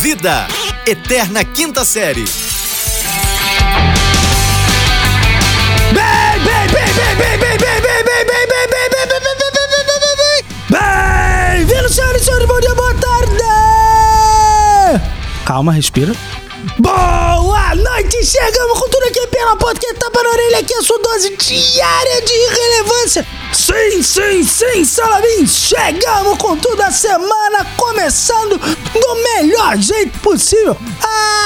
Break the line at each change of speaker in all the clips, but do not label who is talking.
Vida, Eterna Quinta Série.
Bem, bem, bem, bem, bem, bem, bem, bem, bem, bem, bem, bem, bem, bem, bem, bem, bem, bem, bem, bem, bem, bem. Bem-vindos, senhoras e senhores, bom dia, boa tarde!
Calma, respira.
Boa noite! Chegamos com tudo aqui pela ponta que tapa na orelha aqui, a sua dose diária de irrelevância. Sim, sim, sim, Salabim! Chegamos com tudo a semana, começando do melhor jeito possível.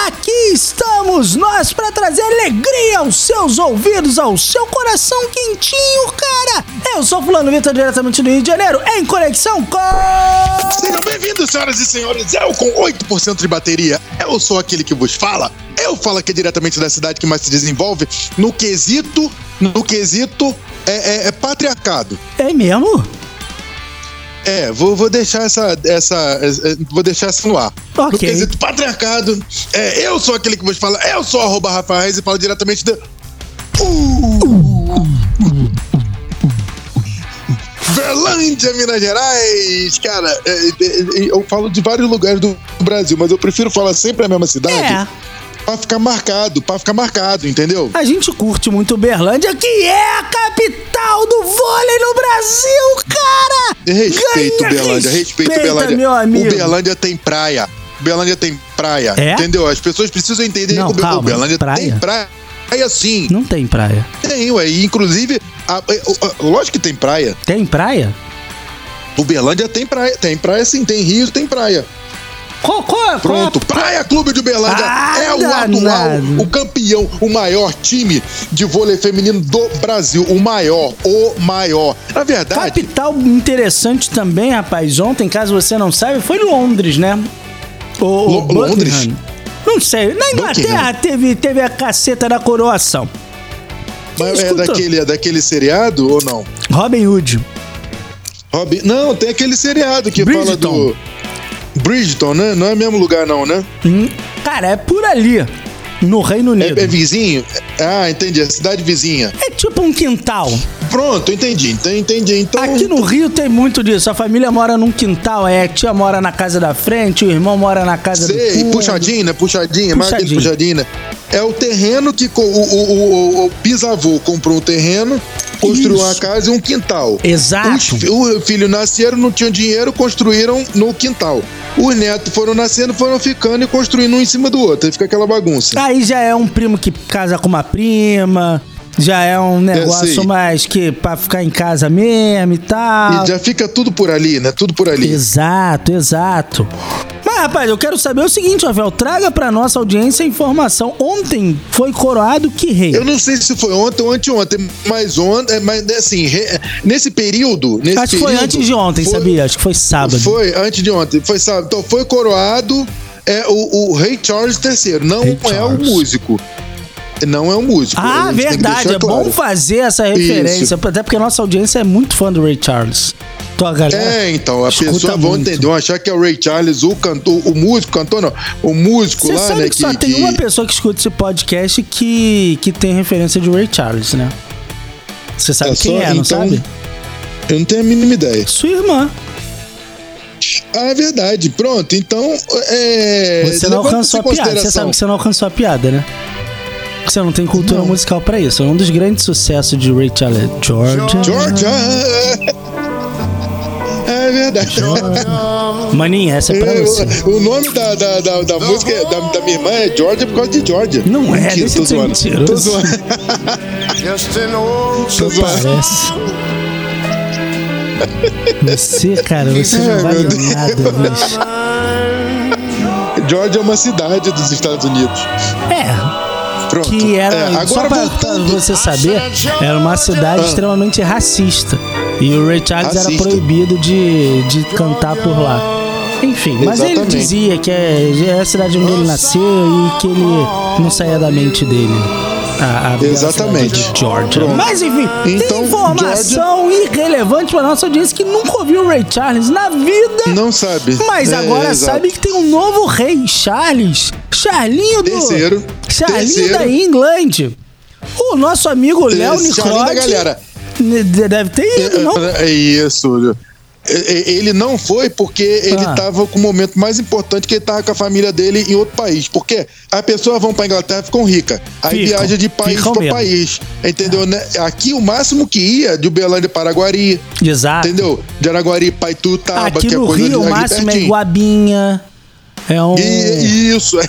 Aqui estamos nós para trazer alegria aos seus ouvidos, ao seu coração quentinho, cara! Eu sou Fulano Vitor, diretamente do Rio de Janeiro, em conexão com...
Sejam bem-vindos, senhoras e senhores. Eu com 8% de bateria. Eu sou aquele que vos fala. Eu falo aqui diretamente da cidade que mais se desenvolve no quesito, no quesito é, é- é patriarcado.
É mesmo?
É, vou, vou deixar essa, essa, é, é, vou deixar essa no ar. No
Ok.
quesito patriarcado, é, eu sou aquele que vos fala. Eu sou arroba Rafa Reis e falo diretamente da Verlândia, Minas Gerais! Cara, é, é, é, eu falo de vários lugares do Brasil, mas eu prefiro falar sempre a mesma cidade
É.
pra ficar marcado, pra ficar marcado, entendeu?
A gente curte muito Berlândia, que é a capital do vôlei no Brasil, cara!
Respeito,
Ganha
Berlândia, respeito, Berlândia.
meu amigo.
O Berlândia tem praia. Berlândia tem praia.
É?
Entendeu? As pessoas precisam entender
Não,
que o Be-
calma,
o Berlândia
praia?
tem praia. Praia sim,
Não tem praia.
tem, ué. E, Inclusive, a- é, a- a- lógico que tem praia.
Tem praia?
O Berlândia tem praia. Tem praia sim, tem rio, tem praia.
Qual, qual, qual
Pronto, Praia Clube de Uberlândia
Ah,
é o
danado.
atual, o campeão, o maior time de vôlei feminino do Brasil. O maior, o maior. Na verdade,
Capital interessante também, rapaz. Ontem, caso você não saiba, foi Londres, né? O, o
Lo- Londres?
Buckingham. Não sei. Na Inglaterra teve, teve a caceta da coroação.
mas é
escuta.
daquele, é daquele seriado ou não?
Robin Hood.
Robin, não, tem aquele seriado que fala
Bridgerton.
do. Bridgeton, né? Não é mesmo lugar, não, né?
Hum, Cara, é por ali. No Reino
É,
Unido.
é vizinho? Ah, entendi. É cidade vizinha.
É tipo um quintal.
Pronto, entendi. Então, entendi. Então.
Aqui no Rio tem muito disso. A família mora num quintal, aí a tia mora na casa da frente, o irmão mora na casa do
Sei, né?
fundo.
puxadinha, puxadinha, marca de
Puxadinha.
puxadinha. É o terreno que co- o, o- o- o- o bisavô comprou um terreno, construiu uma
Isso.
casa e um quintal.
Exato.
Os fi- o filho nasceram, não tinham dinheiro, construíram no quintal. Os netos foram nascendo, foram ficando e construindo um em cima do outro. Aí fica aquela bagunça.
Aí já é um primo que casa com uma prima, já é um
sei.
negócio mais que pra ficar em casa mesmo e tal.
E já fica tudo por ali, né? Tudo por ali.
Exato, exato. Mas, rapaz, eu quero saber o seguinte, Rafael, traga pra nossa audiência a informação. Ontem foi coroado que rei?
Eu não sei se foi ontem ou anteontem, mas ontem, mas assim, re- nesse período. Nesse
Acho que foi
período,
antes de ontem,
foi-
sabia? Acho que foi sábado.
Foi antes de ontem, foi sábado. Então foi coroado é, o, o Rei Charles III. Não
Rei
é o
Charles.
músico. Não é o músico.
Ah,
A gente tem que
verdade.
deixar
É
claro.
bom fazer essa referência. Até porque a nossa audiência é muito fã do Ray Charles. Tua galera.
É, então, a
Escuta
pessoa vão
muito.
entender, vão achar que é o Ray Charles, o cantor, o músico, cantor não, o músico
Você
lá,
sabe
né?
que só tem uma pessoa que escuta esse podcast que, que tem referência de Ray Charles, né? Você sabe
É
quem
só-
é, não
então-
sabe?
Eu não tenho a mínima ideia.
Sua irmã.
Ah, é verdade. Pronto, então. É,
Você não
levando
alcançou
em
a piada. Você
consideração-
sabe que você não alcançou a piada, né? Porque Você não tem cultura
Não.
musical pra isso. É um dos grandes sucessos de Ray Charles. é Georgia.
Georgia! ah, É verdade.
Maninha, essa é pra
Eu-
você.
o nome da, da, da, da música é- da, da minha irmã é Georgia por causa de Georgia.
Não é,
Mentira,
deixa
tô
de ser
zoando.
mentiroso.
Tô zoando.
Just an old
Tô zoando.
Parece. Você, cara, você
Ai,
não vale
meu Deus.
nada, bicho.
Georgia é uma cidade dos Estados Unidos.
É,
Pronto.
que era.
É,
só
agora
pra,
voltando.
pra você saber, era uma cidade
Ah.
extremamente racista. E o Ray Charles era
Racista.
proibido de, de cantar por lá. Enfim, mas ele
Exatamente.
dizia que é, é a cidade onde ele nasceu e que ele não saía da mente dele. A, a bela
Exatamente.
cidade de Georgia.
Pronto.
Mas enfim, tem
Então,
informação irrelevante pra nossa audiência que nunca ouviu o Ray Charles na vida.
Não sabe.
Mas
É,
agora
exato.
sabe que tem um novo rei, Charles. Charlinho do.
Terceiro.
Charlinho
Terceiro.
da England. O nosso amigo Léo
Charlinho
Niclotti.
da galera.
Ne- de- Deve ter ido, não?
É isso. E- e- Ele não foi porque ele
Ah.
tava com o momento mais importante que ele tava com a família dele em outro país. Porque as pessoas vão pra Inglaterra e ficam ricas. Aí
Ficam,
viaja de país
ficam
pra
mesmo.
país. Entendeu? né? Aqui o máximo que ia de Uberlândia para Araguari,
Exato.
entendeu? De Araguari, Paitutaba,
Aqui
que é
no
coisa
Rio, o
ali
máximo é
pertinho.
Guabinha. É um.
E- e isso, é.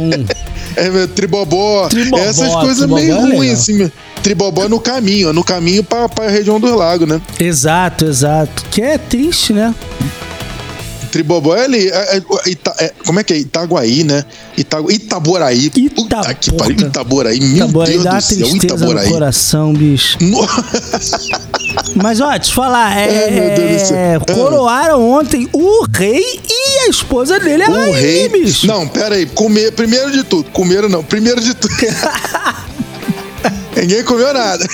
um-
É, tribobó,
Tribobó,
essas coisas
tribobó
meio
é
ruins,
legal.
assim. meu. Tribobó no caminho, no caminho pra, pra região dos lagos, né?
Exato, exato. Que é triste, né?
Tribobó é ali. é- é- Ita- é- como é que é? Itaguaí, né? Itagu, Itaboraí.
Itaporra.
Puta que pariu, Itaboraí. Meu
Itaboraí
Deus
dá
do
uma
céu,
tristeza no
Itaboraí.
coração, bicho.
No-
Mas ó, te falar, é,
Ai, meu Deus do céu.
é, coroaram ontem o rei e a esposa dele, é a
o
rainha,
rei.
bicho.
Não, pera aí. Comer, primeiro de tudo. Comeram não. Primeiro de tudo. Ninguém comeu nada.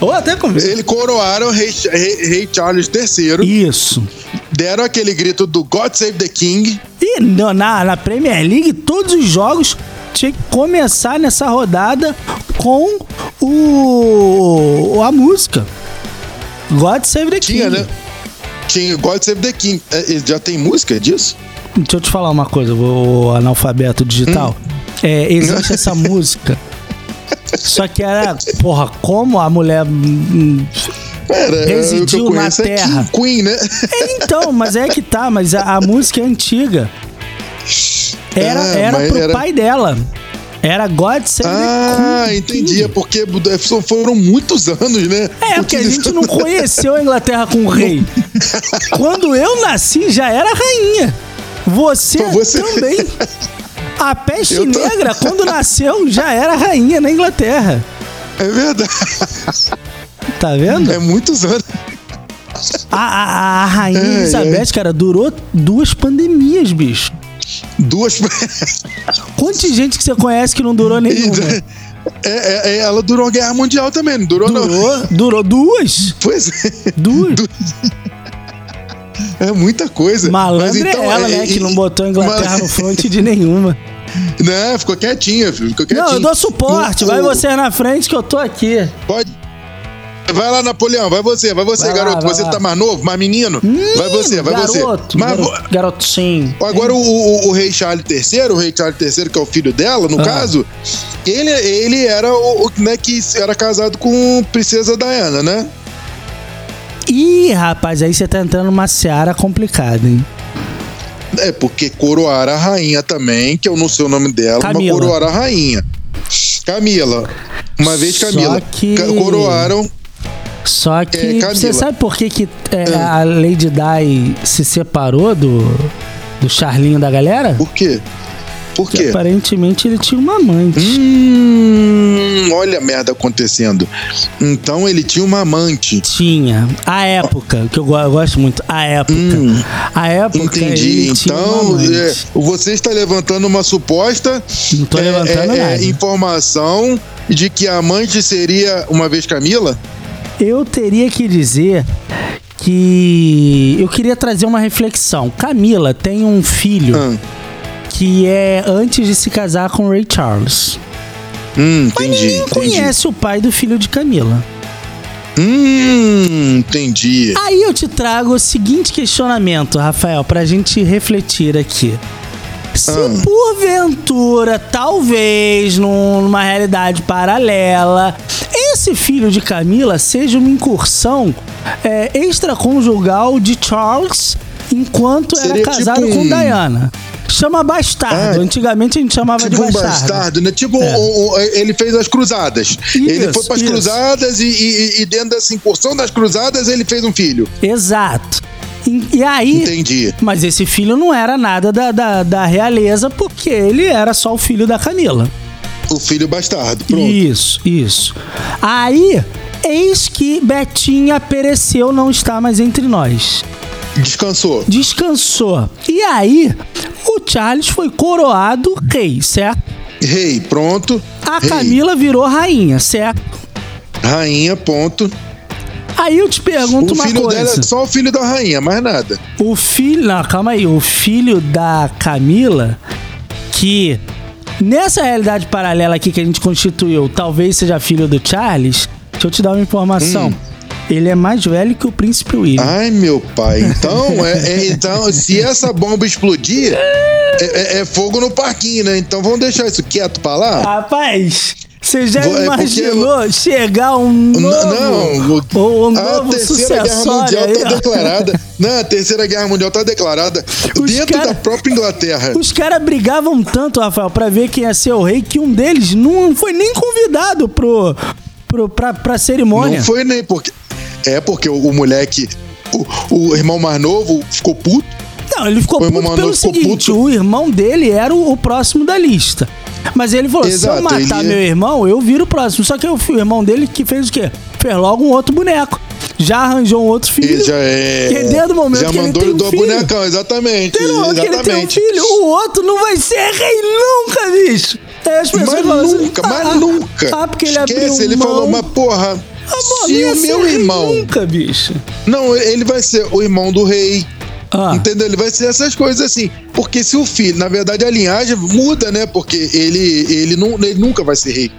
Ou até conversa.
Ele coroaram o rei, rei- rei Charles III.
Isso.
Deram aquele grito do God Save the King.
E no- na, na Premier League, todos os jogos tinha que começar nessa rodada com o a música. God Save the King.
Tinha, né? Tinha God Save the King. É, é, Já tem música disso?
Deixa eu te falar uma coisa, o analfabeto digital.
Hum.
É, existe essa música. Só que era, porra, como a mulher. hum,
Pera, é, o que
Residiu
eu
na
conheço é
Terra.
King Queen, né?
É, então, mas é que tá, mas a, a música é antiga. Era,
Ah,
era
mas
pro
era-
pai dela. Era God Save the
Ah,
Queen.
entendi. É porque só foram muitos anos, né?
É, porque a gente não conheceu a Inglaterra com o rei. Quando eu nasci, já era rainha. Você,
Você-
também. A peste
Eu tô-
negra, quando nasceu, já era rainha na Inglaterra.
É verdade.
Tá vendo?
É muitos anos.
A, a- a- a rainha
Ai,
Elizabeth, cara, durou duas pandemias, bicho.
Duas.
Quanta gente que você conhece que não né? durou nenhuma?
É, é, é, ela durou a Guerra Mundial também, não durou, não.
Durou, durou duas.
Pois é,
Duas.
é muita coisa.
Malandra
Mas então,
é ela, né?
e-
que não
e-
botou a Inglaterra
Mal-
no fronte de nenhuma.
Não, né, ficou quietinha, filho. Ficou quietinha.
Não, eu dou suporte.
O-
Vai
o-
você na frente que eu tô aqui.
Pode. Vai lá, Napoleão, vai você, vai você,
Vai lá,
garoto.
vai
você
lá. Hum,
tá mais novo, mais menino. vai você, vai
garoto,
você. Mas vo-
garoto, garotinho.
Agora o, o- o rei Charles III, o rei Charles III, que é o filho dela, no
Ah.
caso, ele, ele era o, o, né, que era casado com princesa Diana, né?
Ih, rapaz, aí você tá entrando numa seara complicada, hein?
É, porque coroaram a rainha também, que eu não sei o nome dela, mas
Camila.
coroaram a rainha. Camila. Uma vez
Só
Camila.
que-
Ca- Coroaram.
Só que
É, Camila. Ah.
você sabe por que, que é, a Lady Di se separou do, do Charlinho da galera?
Por quê? Por
Porque
quê?
aparentemente ele tinha uma amante.
Hum, olha a merda acontecendo. Então ele tinha uma amante.
Tinha. A época, que eu, go- eu gosto muito. A época. a época.
Hum. Entendi.
ele tinha uma
Então,
amante.
é, você está levantando uma suposta
Não tô
é,
levantando
é, é,
nada.
informação de que a amante seria uma vez Camila?
Eu teria que dizer que eu queria trazer uma reflexão. Camila tem um filho
Hum,
que é antes de se casar com o Ray Charles.
hum, entendi.
Quem
entendi.
conhece o pai do filho de Camila?
Hum, entendi.
Aí eu te trago o seguinte questionamento, Rafael, pra gente refletir aqui. Se
Ah.
porventura, talvez num- numa realidade paralela, esse filho de Camila seja uma incursão é, extraconjugal de Charles enquanto
Seria
era casado
tipo
com
um-
Diana. Chama bastardo.
Ah,
Antigamente a gente chamava
Tipo
Ah, de
um
bastardo.
bastardo, né? Tipo,
É.
o- o- ele fez as cruzadas. ele foi pras
isso.
cruzadas e, e- e dentro dessa incursão das cruzadas ele fez um filho.
Exato. E, e aí.
Entendi.
Mas esse filho não era nada da, da, da realeza, porque ele era só o filho da Camila.
O filho bastardo. Pronto.
Isso, isso. Aí, eis que Betinha pereceu, não está mais entre nós.
Descansou.
Descansou. E aí, o Charles foi coroado rei, certo?
Rei, pronto.
A
Rei.
Camila virou rainha, certo?
Rainha, ponto.
Aí eu te pergunto
O
uma
filho
coisa.
dela é só o filho da rainha, mais nada.
O filho. Não, calma aí. O filho da Camila, que nessa realidade
Hum.
paralela aqui que a gente constituiu, talvez seja filho do Charles. Deixa eu te dar uma informação. Ele é mais velho que o príncipe William.
Ai, meu pai. Então, é, é- então se essa bomba explodir, é, é- é fogo no parquinho, né? Então vamos deixar isso quieto pra
Ah,
lá?
Rapaz, você já
Vo- é porque
imaginou chegar um novo,
não, o-
ou um
a
novo
Terceira Guerra
sucessório
Mundial
aí,
tá
ó.
declarada. Não, a Terceira Guerra Mundial tá declarada
Os
dentro
cara-
da própria Inglaterra.
Os caras brigavam tanto, Rafael, pra ver quem ia ser o rei, que um deles não foi nem convidado pro, pro, pra, pra cerimônia.
Não foi nem porque. É porque o, o moleque. O, o irmão mais novo ficou puto.
Não, ele ficou
Foi,
puto
mano,
pelo
ficou
seguinte:
puto.
o irmão dele era o, o próximo da lista. Mas ele falou: se
Exato,
eu matar
ele-
meu irmão, eu viro o próximo. Só que eu fui o irmão dele que fez o quê? Fez logo um outro boneco. Já arranjou um outro filho.
Ele já é.
Porque desde o momento
já
que ele
mandou
tem um
do
filho-
bonecão, exatamente.
Tem não, que ele tem um
exatamente.
filho, o outro não vai ser rei nunca, bicho. Aí as pessoas
Mas
falam assim,
nunca,
ah,
mas nunca.
Ah, porque ele
Esquece,
abriu
ele
mão.
falou, mas porra,
Ah, bom,
se
não ia
o
ser
meu
rei
irmão.
Nunca, bicho.
Não, ele vai ser o irmão do rei.
Ah,
Entendeu? Ele vai ser essas coisas assim. Porque se o filho, na verdade, a linhagem muda, né? Porque ele, ele, nu- ele nunca vai ser rei.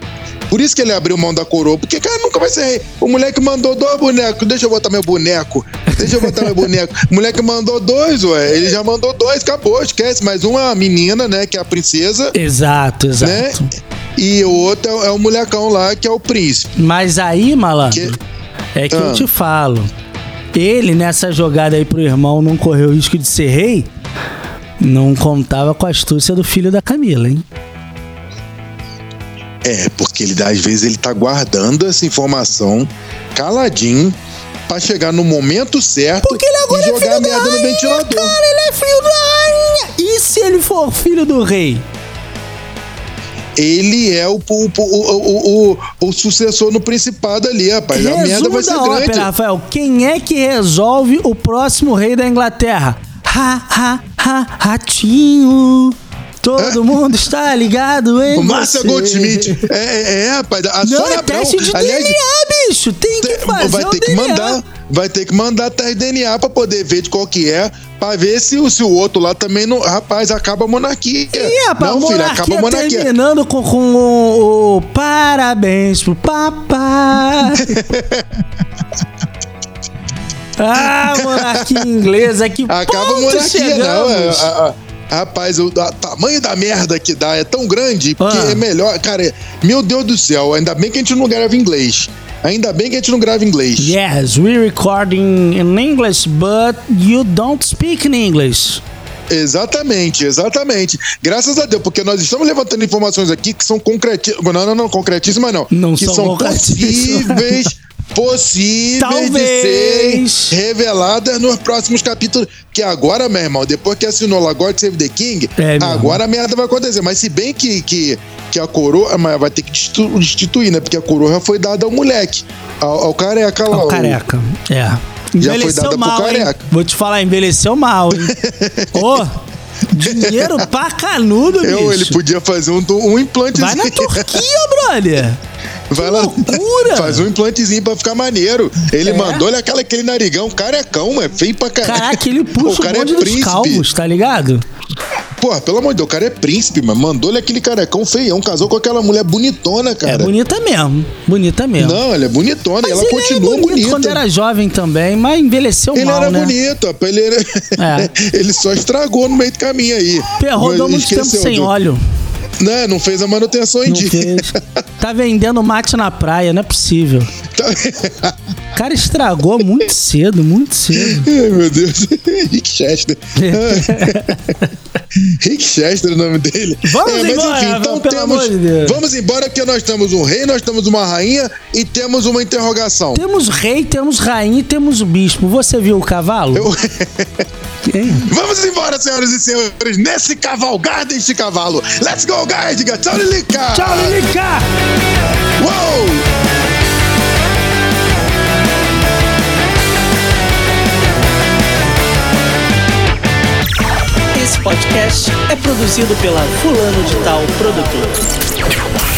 Por isso que ele abriu mão da coroa, porque, cara, nunca vai ser rei. O moleque mandou dois bonecos, deixa eu botar meu boneco, deixa eu botar meu boneco. O moleque mandou dois, ué, ele já mandou dois, acabou, esquece. Mas uma é a menina, né, que é a princesa,
Exato, exato.
né? E o outro é, o- é o molecão lá, que é o príncipe.
Mas aí, malandro, é que eu
Ah.
te falo. Ele, nessa jogada aí pro irmão, não correu o risco de ser rei. Não contava com a astúcia do filho da Camila, hein?
É, porque ele às vezes ele tá guardando essa informação caladinho pra chegar no momento certo
Porque ele agora
e
é
jogar
filho
a merda
da
no
rainha,
ventilador.
Cara, ele é filho da rainha! E se ele for filho do rei?
Ele é o, o, o, o, o- o sucessor no principado ali, rapaz. a merda vai ser
da
grande.
ópera, Rafael. Quem é que resolve o próximo rei da Inglaterra? Ha, ha, ha, ratinho. Todo mundo está ligado em
É? O Márcia
você.
Goldschmidt. É, é, é, rapaz. A
Não,
Sônia
é
Abrão.
teste de
Aliás,
DNA, bicho. Tem que fazer
vai
o
ter que
DNA.
mandar. Vai ter que mandar teste de DNA pra poder ver de qual que é, pra ver se, o- se o outro lá também não. Rapaz, acaba a monarquia.
Ih, rapaz,
não, filho,
monarquia
acaba a monarquia.
terminando com, com o, o parabéns pro papai. ah, monarquia inglesa, que
Acaba a
ponto
monarquia, não.
chegamos?
é, a- a- rapaz, o da- tamanho da merda que dá é tão grande que
Ah.
é melhor. Cara, é- meu Deus do céu, ainda bem que a gente não grava inglês. Ainda bem que a gente não grava inglês.
Yes, we recording in English, but you don't speak in English.
Exatamente, exatamente. Graças a Deus, porque nós estamos levantando informações aqui que são concretíssimas. Não, não, não, concretíssimas não.
Não
que
são concretíssimas.
possíveis. Possíveis
Talvez.
de serem reveladas nos próximos capítulos. Que agora, meu irmão, depois que assinou lá God Save the King,
É, meu
agora a merda vai acontecer. Mas se bem que, que, que a coroa mas vai ter que destitu- destituir, né? Porque a coroa já foi dada ao moleque, ao, ao careca lá.
Ó,
o-
careca. É.
Já foi dada
Envelheceu
pro
mal, hein?
careca.
Vou te falar, envelheceu mal, hein? Ô, dinheiro pra canudo, bicho.
Eu, ele podia fazer um, um implante
Vai na Turquia, brother.
Vai
Que
lá,
loucura!
faz um implantezinho pra ficar maneiro. Ele
É?
mandou-lhe aquela, aquele narigão carecão, é feio pra caralho.
Caraca, ele puxa
o
o,
cara
bonde
é
dos
príncipe.
calvos, tá ligado?
Porra, pelo amor de Deus, o cara é príncipe, mano. Mandou-lhe aquele carecão feião, casou com aquela mulher bonitona, cara.
É bonita mesmo, bonita mesmo.
Não, ela é bonitona e
Mas
ela
ele
continua
era bonito
bonita.
quando era jovem também, mas envelheceu
Ele
mal,
era
né?
bonito, rapaz, ele, era...
É.
ele só estragou no meio do caminho aí.
Perrou
Mas
deu muito
esqueceu
tempo sem
de-
óleo.
Não, não fez a manutenção em
Não
dia.
fez. Tá vendendo mate na praia, não é possível.
Tá-
O cara estragou muito cedo, muito cedo.
Ai, meu Deus. Rick Chester. Ah. Rick Chester é o nome dele. É,
Vamos embora, pelo amor de Deus.
então Vamos embora, porque nós temos um rei, nós temos uma rainha e temos uma interrogação.
Temos rei, temos rainha e temos o bispo. Você viu o cavalo?
Eu-
Hein?
Vamos embora, senhoras e senhores, nesse cavalgar deste cavalo. Let's go, Gárdiga! Tchau, Lilica!
Tchau, Lilica!
Uou!
Esse podcast é produzido pela Fulano de Tal Produtor.